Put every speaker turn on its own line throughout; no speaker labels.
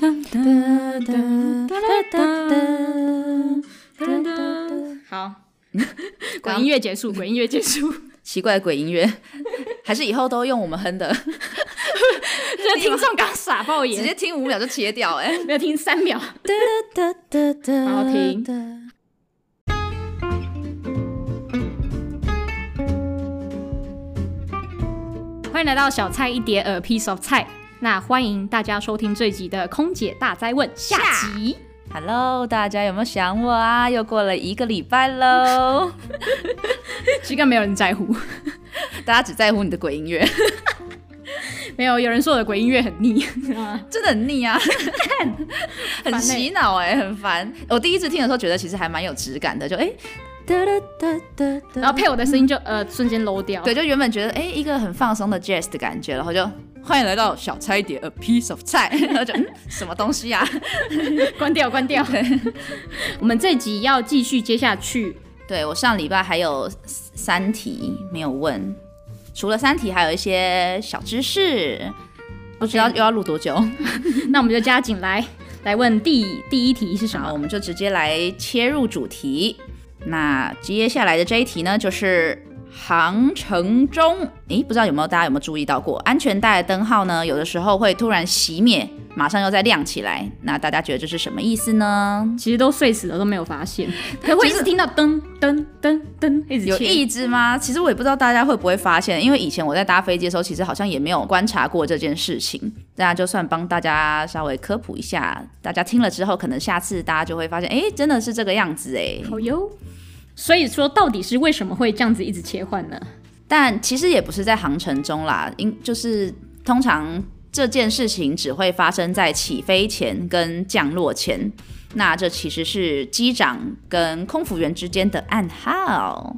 嗯 好，鬼音乐结束，鬼音乐结 束，
奇怪的鬼音乐， 还是以后都用我们哼的，
这听众刚傻爆
直
眼，
接听五秒就切掉、哎，
没有听三秒。
好
好听。欢迎来到小菜一碟呃 piece of 菜。那欢迎大家收听这集的《空姐大灾问》下集。
Hello，大家有没有想我啊？又过了一个礼拜喽，
其实更没有人在乎，
大家只在乎你的鬼音乐，
没有有人说我的鬼音乐很腻，
真的很腻 啊，很
欸
洗脑哎、很烦。我第一次听的时候觉得其实还蛮有质感的，就哎。
然后配我的声音就呃瞬间 low 掉。
对，就原本觉得哎、诶一个很放松的 jazz 的感觉，然后就欢迎来到小菜一碟 a piece of 菜， 然后就、嗯、什么东西呀、啊？
关掉，关掉。 我们这集要继续接下去，
对我上礼拜还有三题没有问，除了三题还有一些小知识，不知道又要录多久。
那我们就加紧来来问第第一题是什
好，
么？
我们就直接来切入主题。那接下来的这一题呢，就是航程中，诶，不知道有没有大家有没有注意到过，安全带的灯号呢，有的时候会突然熄灭，马上又再亮起来。那大家觉得这是什么意思呢？
其实都睡死了都没有发 现，可会一直听到噔噔噔噔，一直
有
切
意志吗？其实我也不知道大家会不会发现，因为以前我在搭飞机的时候，其实好像也没有观察过这件事情。那就算帮大家稍微科普一下，大家听了之后，可能下次大家就会发现，诶，真的是这个样子诶。
好哟。所以说，到底是为什么会这样子一直切换呢？
但其实也不是在航程中啦，因就是通常这件事情只会发生在起飞前跟降落前。那这其实是机长跟空服员之间的暗号，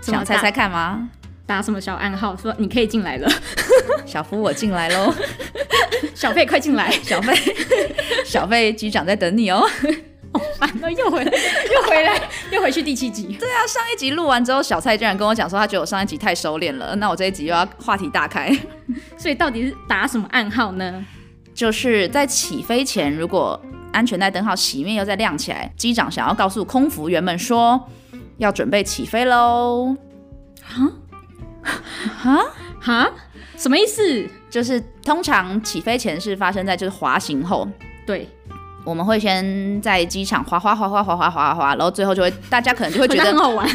怎么
想猜猜看吗？
打什么小暗号说你可以进来了，
小夫，我进来喽，
小费快 进来，
小费，小费，机长在等你哦。
反正又回来， 又回来，又回去第七集。
对啊，上一集录完之后，小蔡竟然跟我讲说，他觉得我上一集太收敛了，那我这一集又要话题大开。
所以到底是打什么暗号呢？
就是在起飞前，如果安全带灯号熄灭又再亮起来，机长想要告诉空服员们说要准备起飞喽，
哈？什么意思？
就是通常起飞前是发生在就是滑行后。
对，
我们会先在机场滑滑滑滑滑滑滑滑，然后最后就会，大家可能就会觉
那
得
很好玩，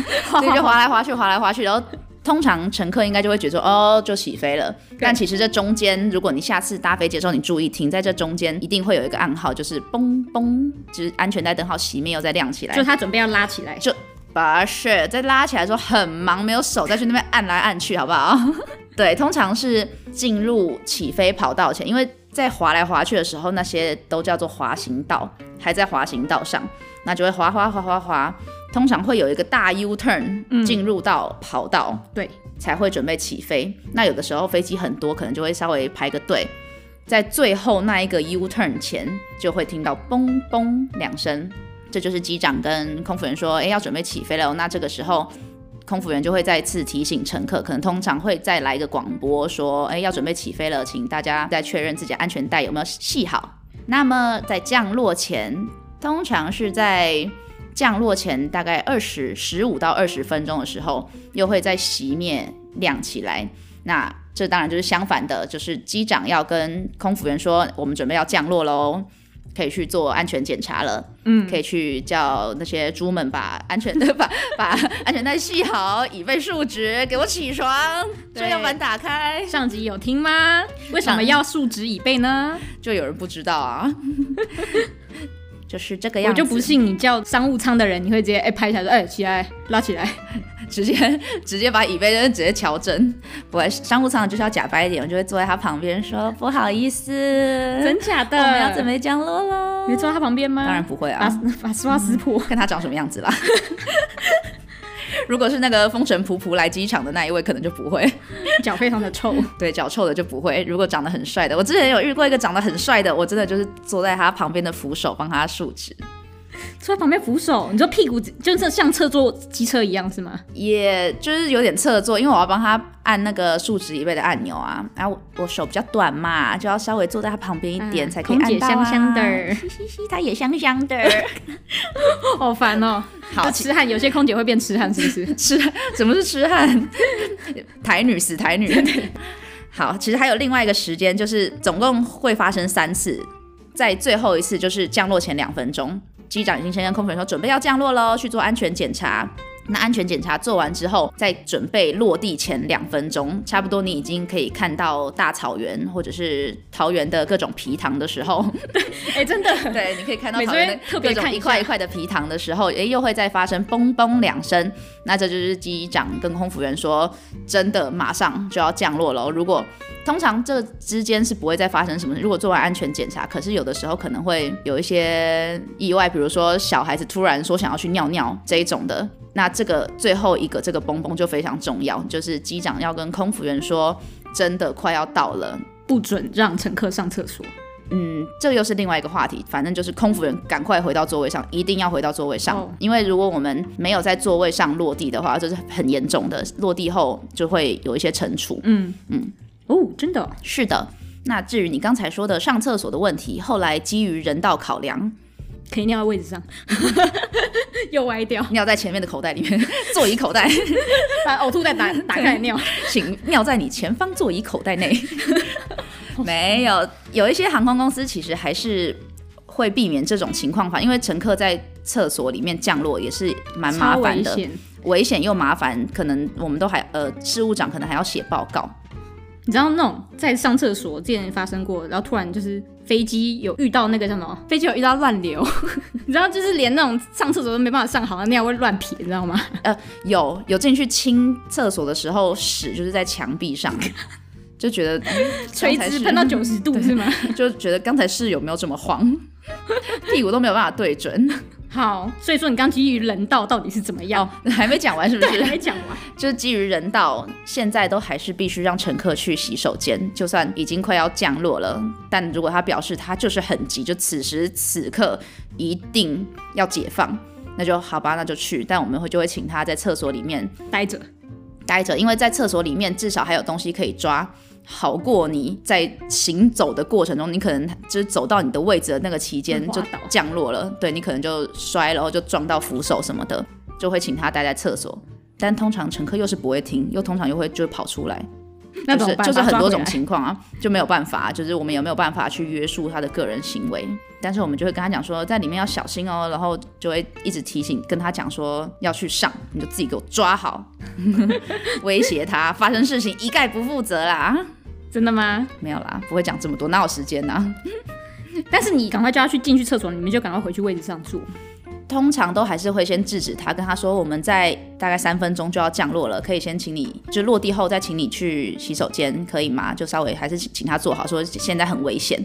对，就滑来滑去，滑来滑去，然后通常乘客应该就会觉得说，哦，就起飞了。但其实这中间，如果你下次搭飞机的时候，你注意听，在这中间一定会有一个暗号，就是嘣嘣，就是安全带灯号熄灭又再亮起来
就。他准备要拉起来，
就不是在拉起来的时候很忙，没有手再去那边按来按去，好不好？ 对，通常是进入起飞跑道前，因为在滑来滑去的时候，那些都叫做滑行道，还在滑行道上，那就会滑滑滑滑滑，通常会有一个大 U turn 进入到跑道。
对，
才会准备起飞。那有的时候飞机很多，可能就会稍微排个队，在最后那一个 U turn 前，就会听到嘣嘣两声，这就是机长跟空服员说：“哎，要准备起飞了哦。”那这个时候。空服员就会再次提醒乘客，可能通常会再来一个广播说：“哎，要准备起飞了，请大家再确认自己的安全带有没有系好。”那么在降落前，通常是在降落前大概二十十五到二十分钟的时候，又会再熄灭亮起来。那这当然就是相反的，就是机长要跟空服员说，我们准备要降落喽，可以去做安全检查了。嗯，可以去叫那些猪们把安全 把把安全带系好，以备数值，给我起床，遮
对
阳板打开。
上集有听吗？为什么要竖直椅背呢？
就有人不知道啊， 就是这个样
我
子。
就不信你叫商务舱的人，你会直接哎、拍起来说哎、起来拉起来，
直接 直接把椅背就是直接调整，不会商务舱就是要假白一点，我就会坐在他旁边说不好意思，
真假的？嗯
我们要准备降落
你
喽。
坐他旁边吗？
当然不会啊
把，把丝袜撕破。
看他长什么样子啦。 如果是那个风尘仆仆来机场的那一位，可能就不会。
脚非常的 臭，
对，脚臭的就不会。如果长得很帅的，我之前有遇过一个长得很帅的，我真的就是坐在他旁边的扶手帮他竖直。
坐在旁边扶手，你说屁股就是像侧坐机车一样是吗？
也就是有点侧坐，因为我要帮他按那个数值椅背的按钮啊，然后我我手比较短嘛，就要稍微坐在他旁边一点
嗯
才可以按到、啊。
空姐香香的儿
嘻嘻嘻， 他也香香的儿。
好烦哦、
好
就，痴汉，有些空姐会变痴汉，是不是？
痴什么是痴汉？ 台女死台女。 好，其实还有另外一个时间，就是总共会发生三次，在最后一次就是降落前两分钟，机长已经先跟空服员说准备要降落喽，去做安全检查。那安全检查做完之后，在准备落地前两分钟，差不多你已经可以看到大草原或者是桃园的各种皮塘的时候，
哎、真的，
对，你可以看到
每
旁边
天
的
特别
各种
看一
一块
下
一块的皮糖的时候，诶，又会再发生嘣嘣两声。那这就是机长跟空服员说，真的马上就要降落了。如果通常这之间是不会再发生什么事，如果做完安全检查，可是有的时候可能会有一些意外，比如说小孩子突然说想要去尿尿这一种的。那这个最后一个这个嘣嘣就非常重要，就是机长要跟空服员说，真的快要到了，
不准让乘客上厕所。
嗯，这又是另外一个话题。反正就是空服员赶快回到座位上，一定要回到座位上，
哦
因为如果我们没有在座位上落地的话，这是很严重的。落地后就会有一些惩处。
嗯嗯，哦，真的哦、
是的。那至于你刚才说的上厕所的问题，后来基于人道考量，
可以尿在位置 上，又歪掉，
尿在前面的口袋里面， 座椅口 袋，
把呕吐袋打打开来尿。
请尿在你前方座椅口袋内。没有，有一些航空公司其实还是会避免这种情况发，因为乘客在厕所里面降落也是蛮麻
超
烦
危
的。
险。
危险又麻烦，可能我们都还呃，事务长可能还要写报告。
你知道那种在上厕所之前也发生过，然后突然就是飞机有遇到那个叫什么，飞机有遇到乱流， 你知道就是连那种上厕所都没办法上好，那样会乱撇，你知道吗？
有有进去清厕所的时候，屎就是在墙壁上，就觉得嗯
垂
刚才
直
是
喷 到九十度是吗？
就觉得刚才是有没有这么慌，屁股都没有办法对准。
好，所以说你刚基于人道到底是怎么样？
哦，还没讲完是不
对，还
是？
没讲完。
就是基于人道，现在都还是必须让乘客去洗手间，就算已经快要降落了，但如果他表示他就是很急，就此时此刻一定要解放。那就好吧，那就去。但我们会就会请他在厕所里面
待着，
待着，因为在厕所里面至少还有东西可以抓，好过你在行走的过程中，你可能就是走到你的位置的那个期间
会滑
就
倒
降落了，对你可能就摔了，或就撞到扶手什么的，就会请他待在厕所。但通常乘客又是不会听，又通常又会就跑出来，
那
就
怎么
是
办？
就是
把它
很
抓
多
回
种
来
情况啊， 就没有办法，就是我们也没有办法去约束他的个人行为，但是我们就会跟他讲说，在里面要小心哦，然后就会一直提醒跟他讲说要去上，你就自己给我抓好， 威胁他，发生事情一概不负责啦，
真的吗？
没有啦，不会讲这么多，哪有时间啊呢、
但是你赶快叫他去进去厕所，你们就赶快回去位置上坐。
通常都还是会先制止他，跟他说我们在大概三分钟就要降落了，可以先请你就落地后再请你去洗手间，可以吗？就稍微还是请请他做好，说现在很危险。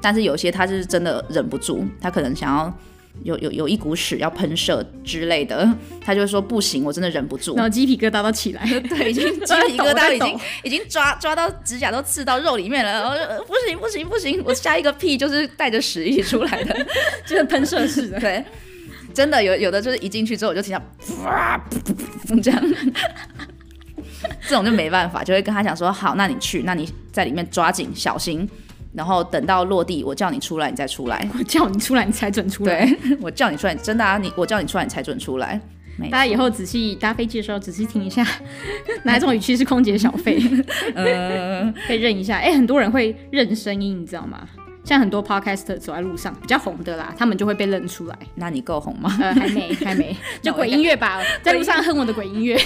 但是有些他是真的忍不住，他可能想要有有有一股屎要喷射之类的，他就会说不行，我真的忍不住
然。后鸡皮疙瘩都起来，
对，已经鸡皮疙瘩已经已经抓抓到指甲都刺到肉里面了，然后就呃不行不行不行，我下一个屁就是带着屎一起出来的。
就是喷射式的。
对， 真的有有的就是一进去之后我就听到哇噗噗噗这样，这种就没办法，就会跟他讲说好，那你去，那你在里面抓紧小心，然后等到落地我叫你出来你再出来，
我叫你出来，你才准出来。
对 我叫你出来，真的啊，你我叫你出来你才准出来。没
大家以后仔细搭飞机的时候仔细听一下， 哪一种语气是空姐小费，
嗯，
可以认一下。哎、很多人会认声音，你知道吗？像很多 podcaster 走在路上比较红的啦，他们就会被认出来。
那你够红吗？
呃，还没，还没，就鬼音乐吧， 在路上哼我的鬼 音乐。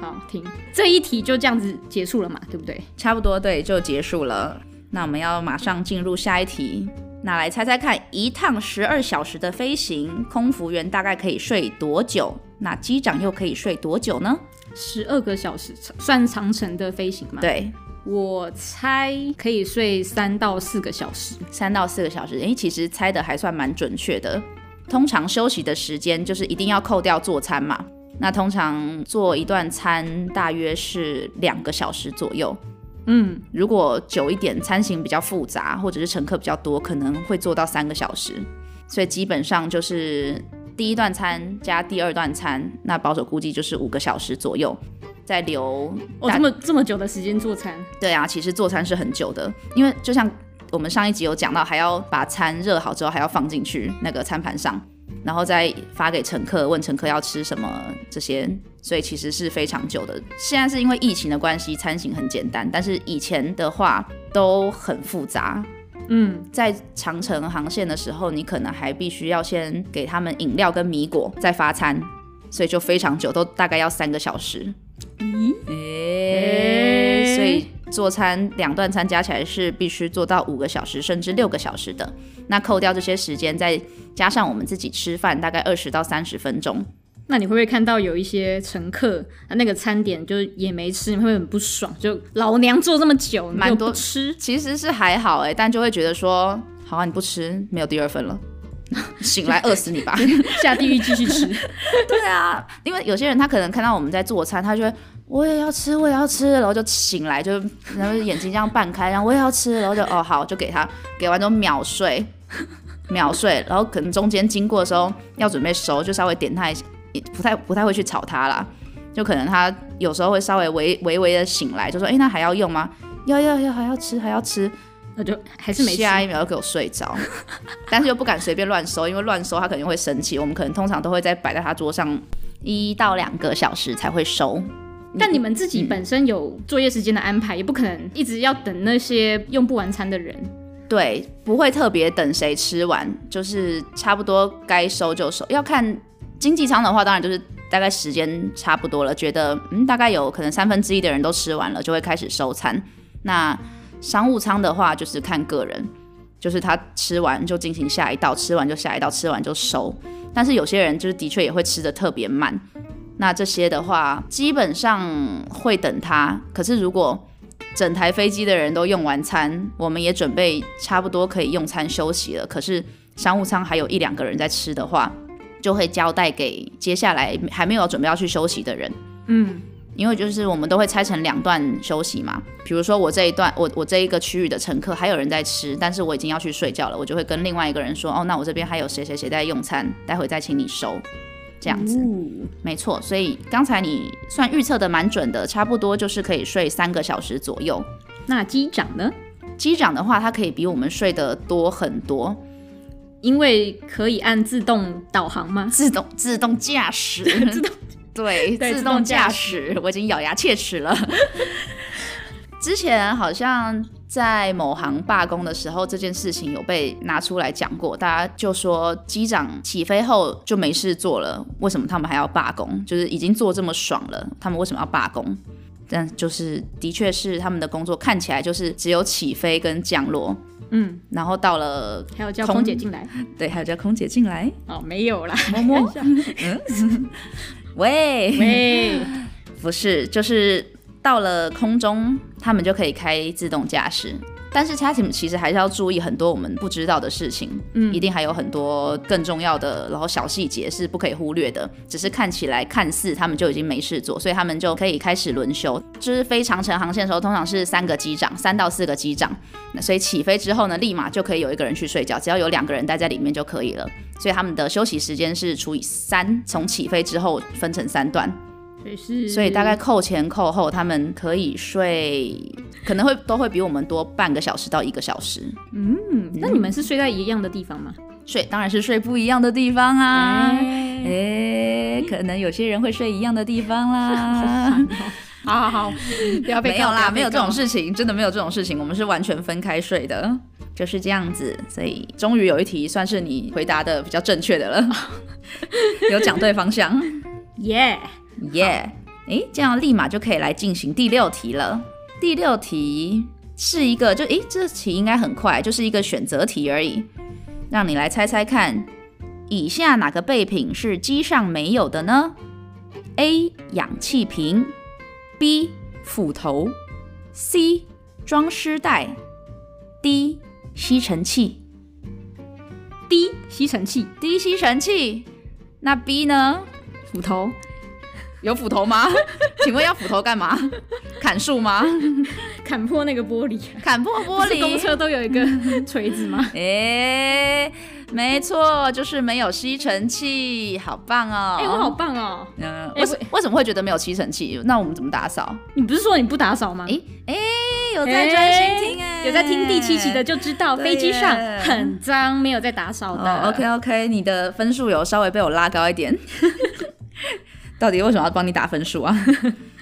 好听，这一题就这样子结束了嘛，对不对？
差不多对，就结束了。那我们要马上进入下一题。那来猜猜看，一趟十二小时的飞行，空服员大概可以睡多久？那机长又可以睡多久呢？
十二个小时算长程的飞行吗？，
对，
我猜可以睡三到四个小时。
三到四个小时。诶，其实猜的还算蛮准确的。通常休息的时间就是一定要扣掉做餐嘛。那通常做一段餐大约是两个小时左右。
嗯，
如果久一点，餐型比较复杂，或者是乘客比较多，可能会做到三个小时。所以基本上就是第一段餐加第二段餐，那保守估计就是五个小时左右。再留
我、哦
大
这么这么久的时间做餐，
对啊，其实做餐是很久的，因为就像我们上一集有讲到，还要把餐热好之后还要放进去那个餐盘上，然后再发给乘客，问乘客要吃什么这些，所以其实是非常久的。现在是因为疫情的关系，餐型很简单，但是以前的话都很复杂。
嗯，
在长城航线的时候，你可能还必须要先给他们饮料跟米果，再发餐，所以就非常久，都大概要三个小时。
咦，
诶、所以做餐两段餐加起来是必须做到五个小时甚至六个小时的。那扣掉这些时间，再加上我们自己吃饭，大概二十到三十分钟。
那你会不会看到有一些乘客啊，那个餐点就是也没吃，你会不会很不爽？就老娘做这么久，你
蛮
又
多
不吃，
其实是还好哎、但就会觉得说，好啊，你不吃没有第二份 了，醒来饿死你吧。
下地狱继续吃。
对啊，因为有些人他可能看到我们在做餐，他就会我也要吃，我也要吃，然后就醒来就然后眼睛这样半开，然后我也要吃，然后就哦好，就给他给完之后秒睡， 秒睡，然后可能中间经过的时候要准备收，就稍微点他一下，也不太不太会去吵他啦，就可能他有时候会稍微微微微的醒来，就说哎那还要用吗？要要要还要吃还要吃，
那就还是没吃。
下一秒又给我睡着， 但是又不敢随便乱收，因为乱收他肯定会生气。我们可能通常都会在摆在他桌上一到两个小时才会收。
但你们自己本身有作业时间的安排，也不可能一直要等那些用不完餐的人。
对，不会特别等谁吃完，就是差不多该收就收。要看经济舱的话，当然就是大概时间差不多了，觉得嗯大概有可能三分之一的人都吃完了，就会开始收餐。那商务舱的话，就是看个人，就是他吃完就进行下一道，吃完就下一道，吃完就收。但是有些人就是的确也会吃的特别慢，那这些的话基本上会等他。可是如果整台飞机的人都用完餐，我们也准备差不多可以用餐休息了。可是商务舱还有一两个人在吃的话，就会交代给接下来还没有准备要去休息的人。
嗯，
因为就是我们都会拆成两段休息嘛，比如说我这一段，我我这一个区域的乘客还有人在吃，但是我已经要去睡觉了，我就会跟另外一个人说，哦，那我这边还有谁谁谁在用餐，待会再请你收，这样
嗯
子。没错，所以刚才你算预测的蛮准的，差不多就是可以睡三个小时左右。
那机长呢？
机长的话，他可以比我们睡得多很多，
因为可以按自动导航吗？
自动自动驾驶， 自动对
对
自
自动
动驾
驾
驶，我已经咬牙切齿了。 之前好像在某行罢工的时候，这件事情有被拿出来讲过，大家就说机长起飞后就没事做了，为什么他们还要罢工？就是已经做这么爽了，他们为什么要罢工？但就是的确是他们的工作看起来就是只有起飞跟降落，
嗯，
然后到了
还有叫
空
空姐进来
对，还有叫空姐进来，
哦，没有啦。
摸摸。嗯喂，
喂，
不是，就是到了空中，他们就可以开自动驾驶。但是他其实还是要注意很多我们不知道的事情，嗯，一定还有很多更重要的，然后小细节是不可以忽略的。只是看起来看似他们就已经没事做，所以他们就可以开始轮休。就是飞长城航线的时候，通常是三个机长，三到四个机长，那所以起飞之后呢，立马就可以有一个人去睡觉，只要有两个人待在里面就可以了。所以他们的休息时间是除以三，从起飞之后分成三段。
所以是，
所以大概扣前扣后，他们可以睡，可能会都会比我们多半个小时到一个小时。
嗯，那你们是睡在一样的地方吗？
睡当然是睡不一样的地方啊，哎、
哎
可能有些人会睡一样的地方 啦。
好好好，不要被
没有
告
啦，没有这种。
不要被告
事情，真的没有这种事情，我们是完全分开睡的，就是这样子。所以终于有一题算是你回答的比较正确的 了，有讲对方向，
耶，
耶！诶，这样立马就可以来进行第六题了。第六题是一个，就诶，这题应该很快，就是一个选择题而已，让你来猜猜看，以下哪个备品是机上没有的呢？A. 氧气瓶，B. 斧头，C. 装尸袋，D. 吸尘器。
滴吸尘器，
D. 吸尘器，那 B 呢？
斧头，
有斧头吗？请问要斧头干嘛？砍树吗？
砍破那个玻璃，
砍破玻
不是
璃？
公车都有一 个锤子吗？
诶、没错，就是没有吸尘器，好棒哦！
哎、我好棒哦！
嗯、
哎
为什为什么会觉得没有吸尘器？那我们怎么打扫？
你不是说你不打扫吗？
诶、诶、有在专心听哎、
有在听第七集的就知道，
对
飞机上
耶
很脏，没有在打扫的。
哦，OK OK，你的分数有稍微被我拉高一点。 到底为什么要帮你打分数啊？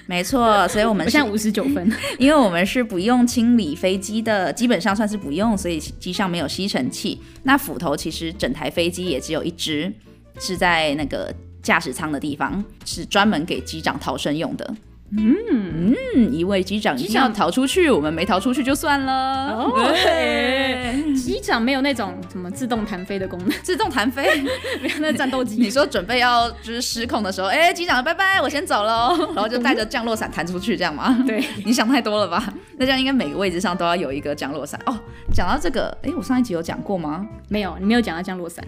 没错，所以我
我
们是
现在五十九 分，
因为我们是不用清理飞机的，基本上算是不用，所以机上没有吸尘器。那斧头其实整台飞机也只有一只，是在那个驾驶舱的地方，是专门给机长逃生用的。嗯嗯，一位机长一定
机
要
长
逃出去，我们没逃出去就算了。
哦
哎
机长没有那种什么自动弹飞的功能，
自动弹飞。
没有那战斗
你
机。
说准备要就是失控的时候，哎、机长拜拜，我先走喽，然后就带着降落伞弹出去，这样吗？
对，
你想太多了吧？那这样应该每个位置上都要有一个降落伞哦。讲到这个，哎，我上一集有讲过吗？
没有，你没有讲到降落伞。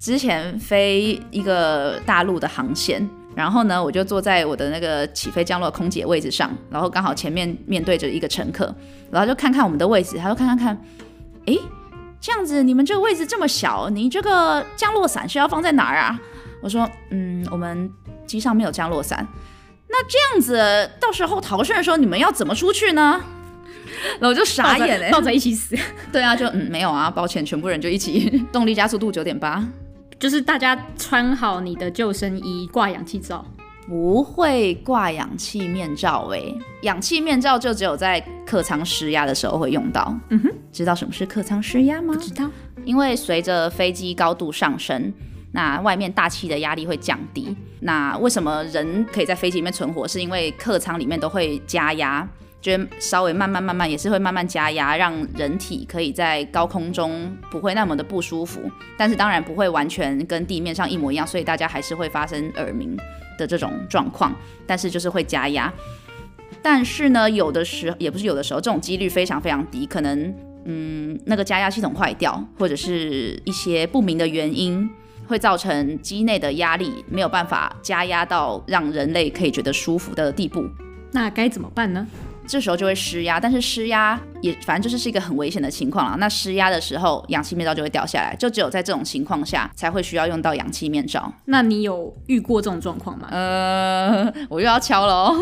之前飞一个大陆的航线，然后呢，我就坐在我的那个起飞降落空姐位置上，然后刚好前面面对着一个乘客，然后就看看我们的位置，他就看看看，诶，这样子你们这个位置这么小，你这个降落伞是要放在哪儿啊？我说，嗯，我们机上没有降落伞。那这样子，到时候逃生的时候，你们要怎么出去呢？然后我就傻眼哎、
抱着一起死，
对啊，就嗯没有啊，抱歉，全部人就一起 动力加速度九点八。
就是大家穿好你的救生衣，挂氧气罩。
不会挂氧气面罩诶、氧气面罩就只有在客舱施压的时候会用到。
嗯哼，
知道什么是客舱施压吗
不？知道，
因为随着飞机高度上升，那外面大气的压力会降低。那为什么人可以在飞机里面存活？是因为客舱里面都会加压，就会稍微慢慢慢慢也是会慢慢加压，让人体可以在高空中不会那么的不舒服。但是当然不会完全跟地面上一模一样，所以大家还是会发生耳鸣的这种状况，但是就是会加压。但是呢，有的时也不是有的时候，这种几率非常非常低，可能嗯，那个加压系统坏掉，或者是一些不明的原因，会造成机内的压力没有办法加压到让人类可以觉得舒服的地步。
那该怎么办呢？
这时候就会施压，但是施压也反正就是是一个很危险的情况了。那施压的时候，氧气面罩就会掉下来，就只有在这种情况下才会需要用到氧气面罩。
那你有遇过这种状况吗？
呃，我又要敲了哦，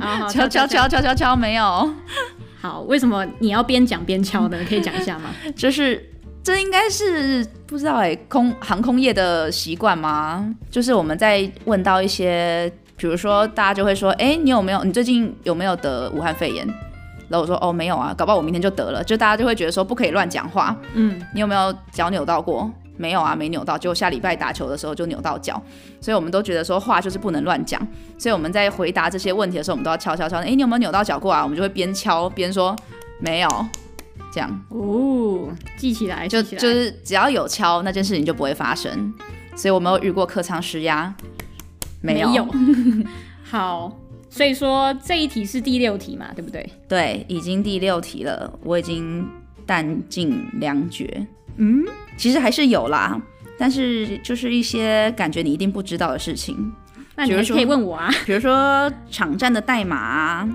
好 好
敲敲敲敲敲敲，没有。
好，为什么你要边讲边敲呢？可以讲一下吗？
就是这应该是不知道哎、空航空业的习惯吗？就是我们在问到一些，比如说大家就会说，哎、你有没有？你最近有没有得武汉肺炎？然后我说哦没有啊，搞不好我明天就得了。就大家就会觉得说不可以乱讲话。
嗯，
你有没有脚扭到过？没有啊，没扭到。结果下礼拜打球的时候就扭到脚，所以我们都觉得说话就是不能乱讲。所以我们在回答这些问题的时候，我们都要敲敲敲。哎、你有没有扭到脚过啊？我们就会边敲边说没有，这样。
哦，记起来，
就
记起来
就是只要有敲，那件事情就不会发生。所以我没有遇过客舱施压，没有。
好，所以说这一题是第六题嘛，对不对？
对，已经第六题了，我已经弹尽粮绝。
嗯，
其实还是有啦，但是就是一些感觉你一定不知道的事情，
那你
比
还
如说
可以问我啊，
比如说场站的代码 啊、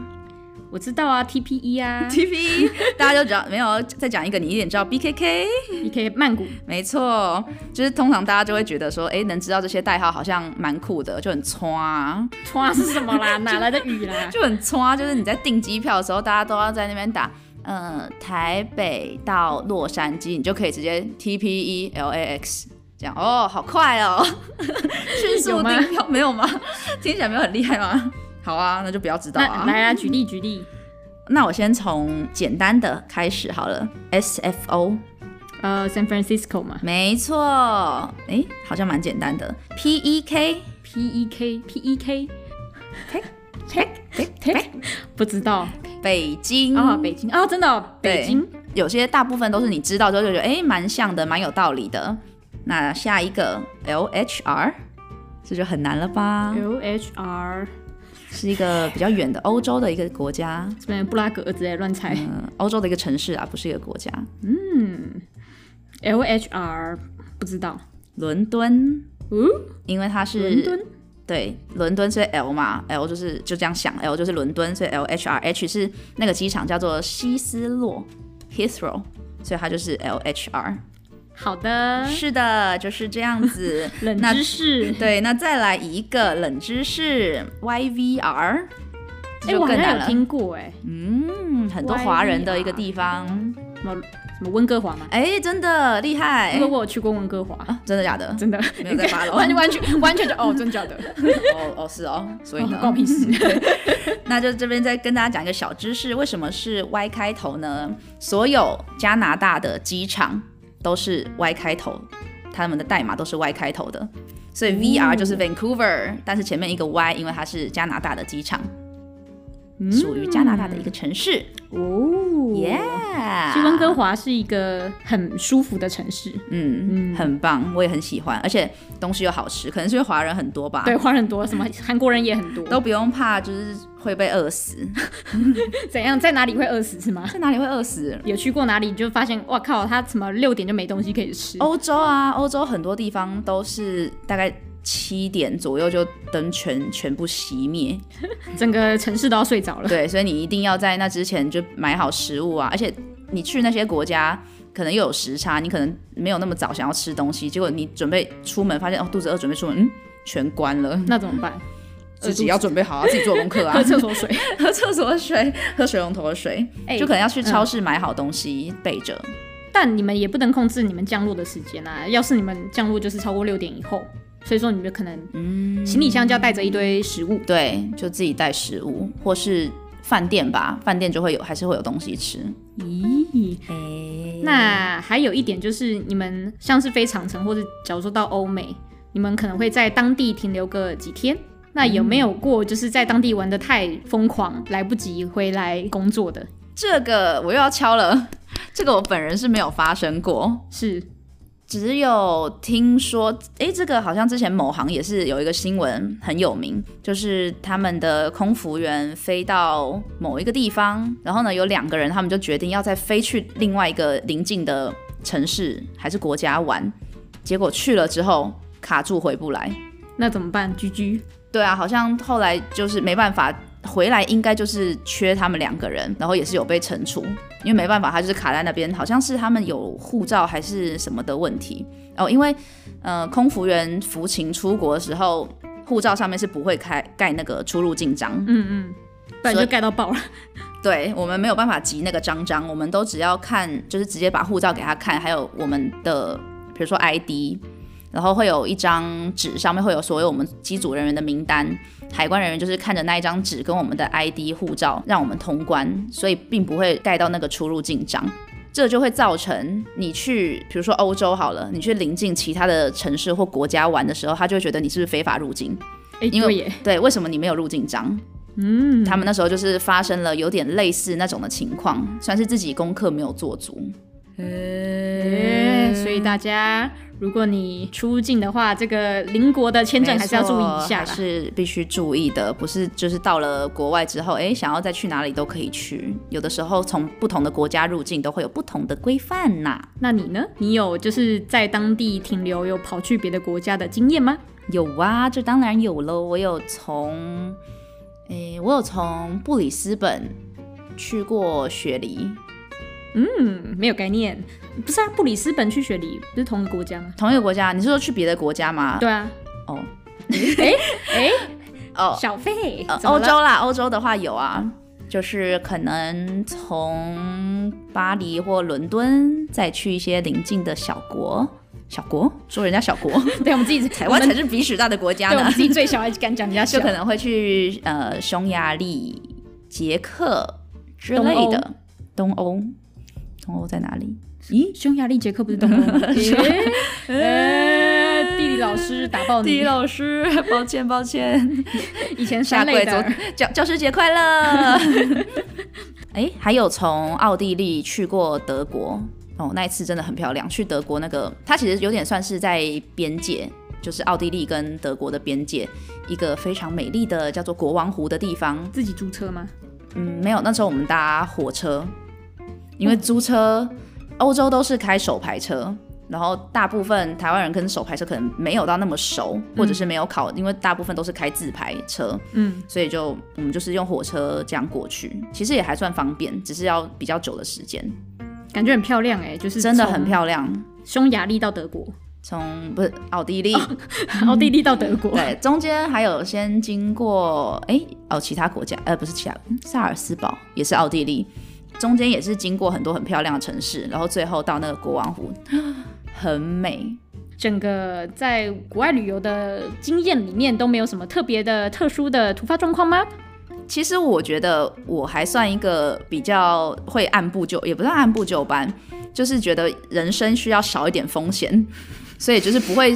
我知道啊，TPE 啊
TP，大家就知道没有。再讲一个，你一点知道 BKK。
你可以曼谷，
没错，就是通常大家就会觉得说，哎，能知道这些代号好像蛮酷的，就很穿、啊。
歘是什么 啦？哪来的雨啦？
就很冲啊！就是你在订机票的时候，大家都要在那边打，呃，台北到洛杉矶，你就可以直接 T P E L A X 这样哦，好快哦，迅速
有吗
订票没有吗？听起来没有很厉害吗？好啊，那就不要知道
那
啊。
来啊，举例举例，
那我先从简单的开始好了，S F O，
呃，San Francisco 嘛
没错，诶，好像蛮简单的，P E K。
，PEK PEK
Take
take take take，不 知道
北京
啊，北京啊，真的哦
嗯对
北京，
有些大部分都是你知道之后就觉得，哎，蛮像的，蛮有道理的。那下一个 LHR，这就很难了吧？
L H R
是一个比较远的欧洲的一个国家，
什么布拉格之类乱猜
嗯、欧洲的一个城市啊，不是一个国家。
，L H R 不知道，
伦敦，
哦，
因为它是
伦敦
对，伦敦是 L 嘛，L 就是就这样想，L 就是伦敦，所以 L H R H 是那个机场叫做希斯洛 （Heathrow），所以它就是 L H R。
好的，
是的，就是这样子。
啊 冷
那
知识。
对，那再来一个冷知识 Y V R，
哎、
这就
我好
更难
像有
了。
听过哎、
嗯，很多华人的一个地方，
什么什么温哥华吗？
哎，真的厉害
因为。 我有去过温哥华，
啊哦真的假的？
真的，
没有在发了。
完全完全完全就哦，真假 的，
哦哦是哦，所以呢
哦，关我屁事。
那就这边再跟大家讲一个小知识，为什么是 Y 开头呢？所有加拿大的机场都是 Y 开头，他们的代码都是 Y 开头的，所以 VR
哦
就是 Vancouver，、但是前面一个 Y，因为它是加拿大的机场， 属于加拿大的
嗯
一个城市。
哦
耶、
其实温哥华是一个很舒服的城市，
嗯，很棒，我也很喜欢，而且东西又好吃，可能是因为华人很多吧。
对，华人多，什么韩国人也很多，
啊都不用怕，就是会被饿死。
怎样，在哪里会饿死是吗？
在哪里会饿死？
有去过哪里你就发现，哇靠，他怎么六点就没东西可以吃？
欧洲啊， 欧洲很多地方都是大概七点左右就灯全全部 熄灭，
整个城市都要睡着了。
对，所以你一定要在那之前就买好食物啊，而且你去那些国家。可能又有时差，你可能没有那么早想要吃东西，结果你准备出门，发现哦肚子饿，准备出门，嗯，全关了，
那怎么办？
自己要准备好啊，自己做功课啊，
喝厕所水。
喝厕所的水，喝嗯水龙头的水，
哎
就可能要去超市买好东西、备着。
但你们也不能控制你们降落的时间啊。要是你们降落就是超过六点以后，所以说你们就可能，嗯，行李箱就要带着一堆食物。
对，就自己带食物，或是饭店吧，饭店就会有，还是会有东西吃。
咦，那还有一点就是，你们像是飞长城，或者假如说到欧美，你们可能会在当地停留个几天。那有没有过就是在当地玩的太疯狂，来不及回来工作的？
这个我又要敲了，这个我本人是没有发生过，
是
只有听说，诶，这个好像之前某行也是有一个新闻很有名，就是他们的空服员飞到某一个地方，然后呢有两个人，他们就决定要再飞去另外一个邻近的城市还是国家玩，结果去了之后卡住回不来。
那怎么办？居居
对啊，好像后来就是没办法回来，应该就是缺他们两个人，然后也是有被惩处，因为没办法，他就是卡在那边，好像是他们有护照还是什么的问题哦，因为呃，空服员服勤出国的时候，护照上面是不会开盖那个出入境章，
不然
所
就
以
盖到爆了。
对我们没有办法集那个章章，我们都只要看，就是直接把护照给他看，还有我们的比如说 ID，然后会有一张纸，上面会有所有我们机组人员的名单，海关人员就是看着那一张纸跟我们的 ID 护照，让我们通关，所以并不会盖到那个出入境章。这就会造成你去，比如说欧洲好了，你去临近其他的城市或国家玩的时候，他就会觉得你是不是非法入境？
哎、
因为
对耶，
对，为什么你没有入境章？嗯，他们那时候就是发生了有点类似那种的情况，算是自己功课没有做足。
哎所以大家，如果你出入境的话，这个邻国的签证还是要注意一下啦。
没错还是必须注意的，不是就是到了国外之后，哎，想要再去哪里都可以去。有的时候从不同的国家入境都会有不同的规范呐、
那你呢？你有就是在当地停留，有跑去别的国家的经验吗？
有啊，这当然有喽。我有从，诶，我有从布里斯本去过雪梨，
嗯，没有概念。不是啊，布里斯本去雪梨不是同个国家吗？
同一个国家。你是说去别的国家吗？
对啊，
哦
哎、
哦，
小费，
呃，
怎么
欧
了
洲啦，欧洲的话有啊，就是可能从巴黎或伦敦再去一些邻近的小国，小国说人家小 国，
对，我们自己
台湾才
我们
是鼻屎大的国家
对，我
呢
们，自己最小还敢讲人家
就
小
可，能会去呃匈牙利、捷克之类的，东欧，东欧在哪里？咦，
匈牙利、捷克不是东欧吗？ 哎哎地理老师打爆你！
老师， 抱歉抱歉，
以前
下
山
跪
类
走
的，
教教师节快 乐！哎，还有从奥地利去过德国哦，那一次真的很漂亮。去德国那个，它其实有点算是在边界，就是奥地利跟德国的边界，一个非常美丽的叫做国王湖的地方。
自己租车吗？
嗯，没有，那时候我们搭火车，因为租车，欧洲都是开手排车，然后大部分台湾人跟手排车可能没有到那么熟，或者是没有考，因为大部分都是开自排车，
嗯，
所以就我们就是用火车这样过去，其实也还算方便，只是要比较久的时间，
感觉很漂亮哎、就是
真的很漂亮。
从匈牙利到德 国，
从不是奥地利，
奥地利到德国，
对，中间还有先经过哎、哦其他国家，呃不是其他嗯萨尔斯堡也是奥地利，中间也是经过很多很漂亮的城市，然后最后到那个国王湖， 很美，
整个在国外旅游的经验里面都没有什么特别的、特殊的突发状况吗？
其实我觉得我还算一个比较会按部就，也不算按部就班，就是觉得人生需要少一点风险，所以就是不会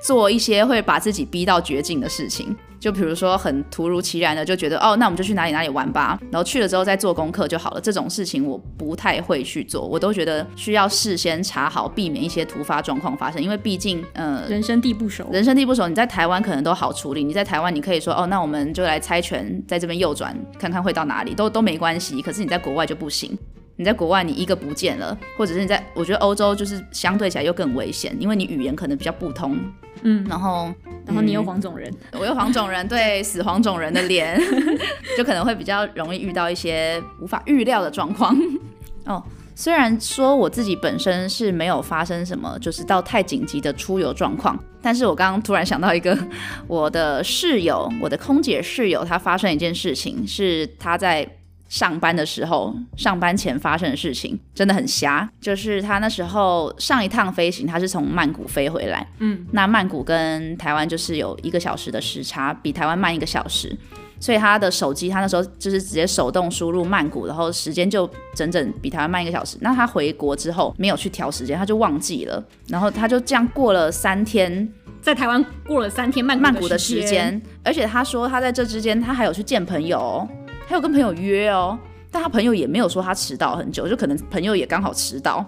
做一些会把自己逼到绝境的事情。就比如说很突如其然的就觉得哦，那我们就去哪里哪里玩吧，然后去了之后再做功课就好了。这种事情我不太会去做，我都觉得需要事先查好，避免一些突发状况发生。因为毕竟，呃，
人生地不熟，
人生地不熟，你在台湾可能都好处理。你在台湾，你可以说哦，那我们就来猜拳，在这边右转，看看会到哪里，都都没关系。可是你在国外就不行。你在国外，你一个不见了，或者是你在，我觉得欧洲就是相对起来又更危险，因为你语言可能比较不通，
嗯，
然后
然后你又黄种人，
我有黄种人对死黄种人的脸， 就可能会比较容易遇到一些无法预料的状况。 哦，虽然说我自己本身是没有发生什么，就是到太紧急的出游状况，但是我刚刚突然想到一个，我的室友，我的空姐室友，她发生一件事情，是她在上班的时候，上班前发生的事情，真的很瞎。就是她那时候上一趟飞行，她是从曼谷飞回来，
嗯，
那曼谷跟台湾就是有一个小时的时差，比台湾慢一个小时。所以她的手机，她那时候就是直接手动输入曼谷，然后时间就整整比台湾慢一个小时。那她回国之后没有去调时间，她就忘记了，然后她就这样过了三天，
在台湾过了三天曼
曼
谷
谷的时，间，而且他说他在这之间他还有去见朋友、哦，还有跟朋友约哦，但他朋友也没有说他迟到很久，就可能朋友也刚好迟到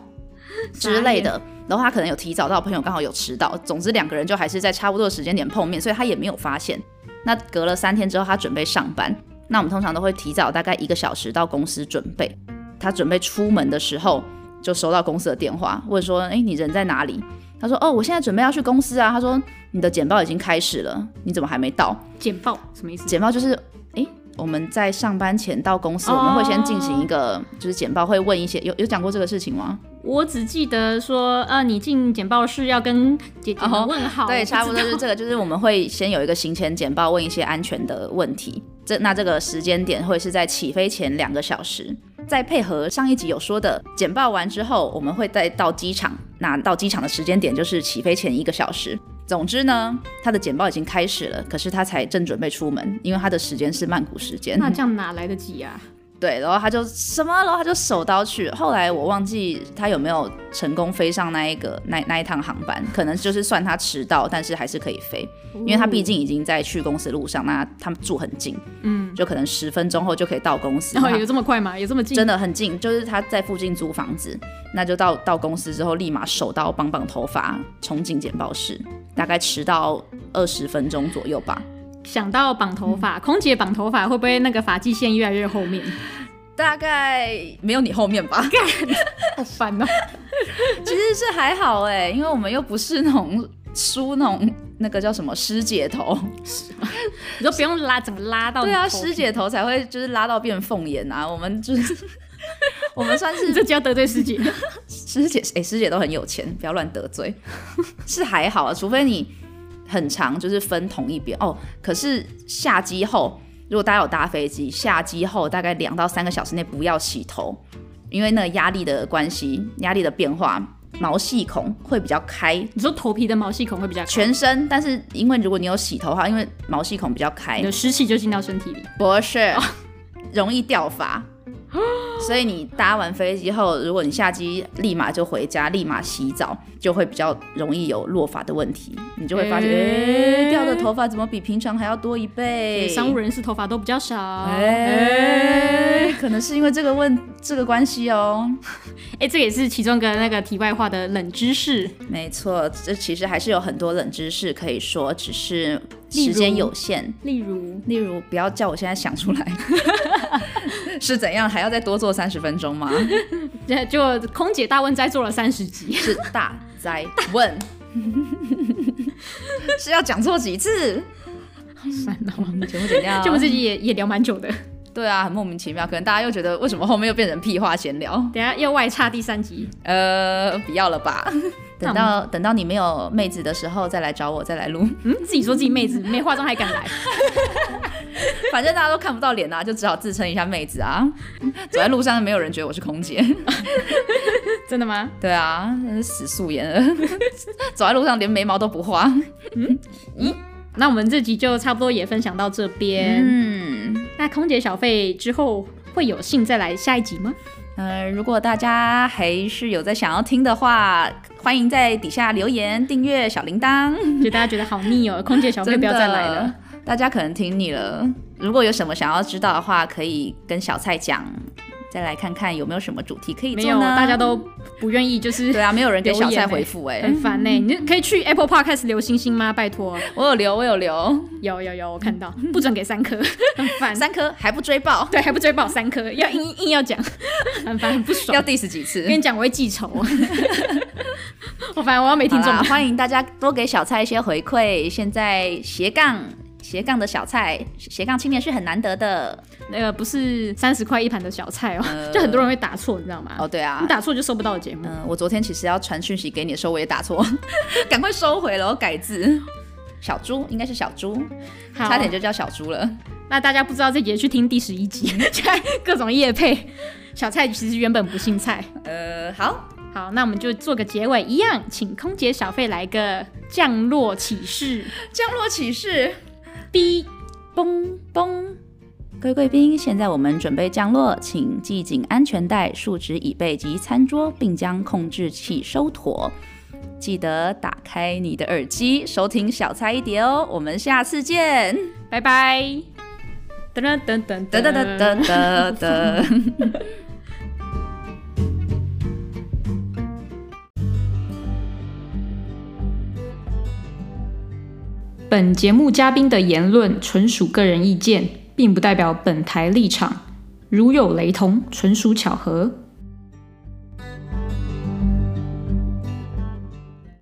之类的，然后他可能有提早到，朋友刚好有迟到，总之两个人就还是在差不多的时间点碰面，所以他也没有发现。那隔了三天之后，他准备上班，那我们通常都会提早大概一个小时到公司准备。他准备出门的时候，就收到公司的电话，问说：“哎，你人在哪里？”他说：“哦，我现在准备要去公司啊。”他说：“你的简报已经开始了，你怎么还没到
简报什么意？”思？
简报就是，哎，我们在上班前到公司，
哦
我们会先进行一个就是简报，会问一些有有讲过这个事情吗？
我只记得说，呃，你进简报室要跟姐姐们问好，
哦对，差不多
我
就是
知道哦
这个，就是我们会先有一个行前简报，问一些安全的问题。这那这个时间点会是在起飞前两个小时，再配合上一集有说的简报完之后，我们会再到机场。那到机场的时间点就是起飞前一个小时。总之呢，他的简报已经开始了，可是他才正准备出门，因为他的时间是曼谷时间。
那这样哪来得及 啊？
对，然后他就什么，然后他就手刀去。后来我忘记他有没有成功飞上那一个那那一趟航班，可能就是算他迟到，但是还是可以飞，因为他毕竟已经在去公司路上，那他们住很近，
嗯，
就可能十分钟后就可以到公司。
然后
那
有这么快吗？有这么近？
真的很近，就是他在附近租房子，那就到到公司之后，立马手刀绑绑头发，冲进简报室，大概迟到二十分钟左右吧。
想到绑头发，
嗯
空姐绑头发会不会那个发际线越来越后 面？
大概没有你后面吧，
好烦哦、
其实是还好哎、因为我们又不是那种梳那种那个叫什么师姐头，
你都不用拉，整个拉到
对
嗯
啊，
你头皮
师，姐头才会就是拉到变凤眼啊。我们就是我们算
你
是
这就要得罪师姐。
师姐，哎、师姐都很有钱，不要乱得罪，是还好啊，除非你很长就是分同一边哦。可是下机后，如果大家有搭飞机，下机后大概两到三个小时内不要洗头，因为那个压力的关系，压力的变化。毛细孔会比较开，
你说头皮的毛细孔会比较全，
全身，但是因为如果你有洗头的话，因为毛细孔比较开
你的，湿气就进到身体里。
不是
哦
容易掉发，所以你搭完飞机后，如果你下机立马就回家，立马洗澡，就会比较容易有落发的问题，你就会发现，
诶
诶，掉的头发怎么比平常还要多一倍？
商务人士头发都比较少。
哎、
哎、
可能是因为这个问这个关系哦。
哎这个也是其中一个那个题外话的冷知识。
没错，这其实还是有很多冷知识可以说，只是
例如
时间有限。
例如，
例如，不要叫我现在想出来， 是怎样？还要再多做三十分钟吗？
就就空姐大问斋做了三十集，
是大灾问， 是要讲错几次？
算了，我们
嗯全部剪掉。
就我们自己也也聊蛮久的，
对啊，很莫名其妙，可能大家又觉得为什么后面又变成屁话闲聊？
等一下要外插第三集，
呃，不要了吧。等到等到你没有妹子的时候再来找我，再来录。
嗯，自己说自己妹子没化妆还敢来，
反正大家都看不到脸啊，就只好自称一下妹子啊。走在路上没有人觉得我是空姐。
真的吗？
对啊，真是死素颜了。走在路上连眉毛都不画。
那我们这集就差不多也分享到这边。
嗯，
那空姐小费之后会有幸再来下一集吗？
呃，如果大家还是有在想要听的话，欢迎在底下留言、订阅小铃铛。
就大家觉得好腻哦，空姐小费
真
不要再
的
来了。，
大家可能听腻了。如果有什么想要知道的话，可以跟小蔡讲，再来看看有没有什么主题可以
没
做
有，
呢？
大家都不愿意，就是
对啊，没有人给小
留言欸
蔡回复哎、
很烦呢、欸你就可以去 Apple Podcast 留星星吗？拜托，
我有留，我有留，
有有有，我看到，
嗯
不准给三颗，很烦。
三颗还不追爆，
对，还不追爆三颗，要硬硬要 讲，很烦，很不 爽。
要 diss 几次
跟？你讲，我会记 仇。我反正我要没听众啊
好
了，
啦欢迎大家多给小蔡一些回馈。现在斜杠斜杠的小蔡，斜杠青年是很难得的。
那个不是三十块一盘的小菜哦、
呃
就很多人会打错，你知道吗？
哦，对啊
你。打错就收不到节目。
嗯、我昨天其实要传讯息给你的时候，我也打错， 赶快收回了，我改字。小猪应该是小猪，
好，啊
差点就叫小猪了。
那大家不知道这节去听第十一 集，各种夜配。小菜其实原本不姓蔡。
呃，好，
好，那我们就做个结尾，一样，请空姐小费来个降落启 示。
降落启事，
B，
嘣嘣。各位贵宾，现在我们准备降落，请系紧安全带、竖直椅背及餐桌，并将控制器收妥。记得打开你的耳机，收听小菜一碟哦。我们下次见。
拜拜。噔噔噔噔
得得得得得得。
本节目嘉宾的言论纯属个人意见，并不代表本台立场，如有雷同，纯属巧合。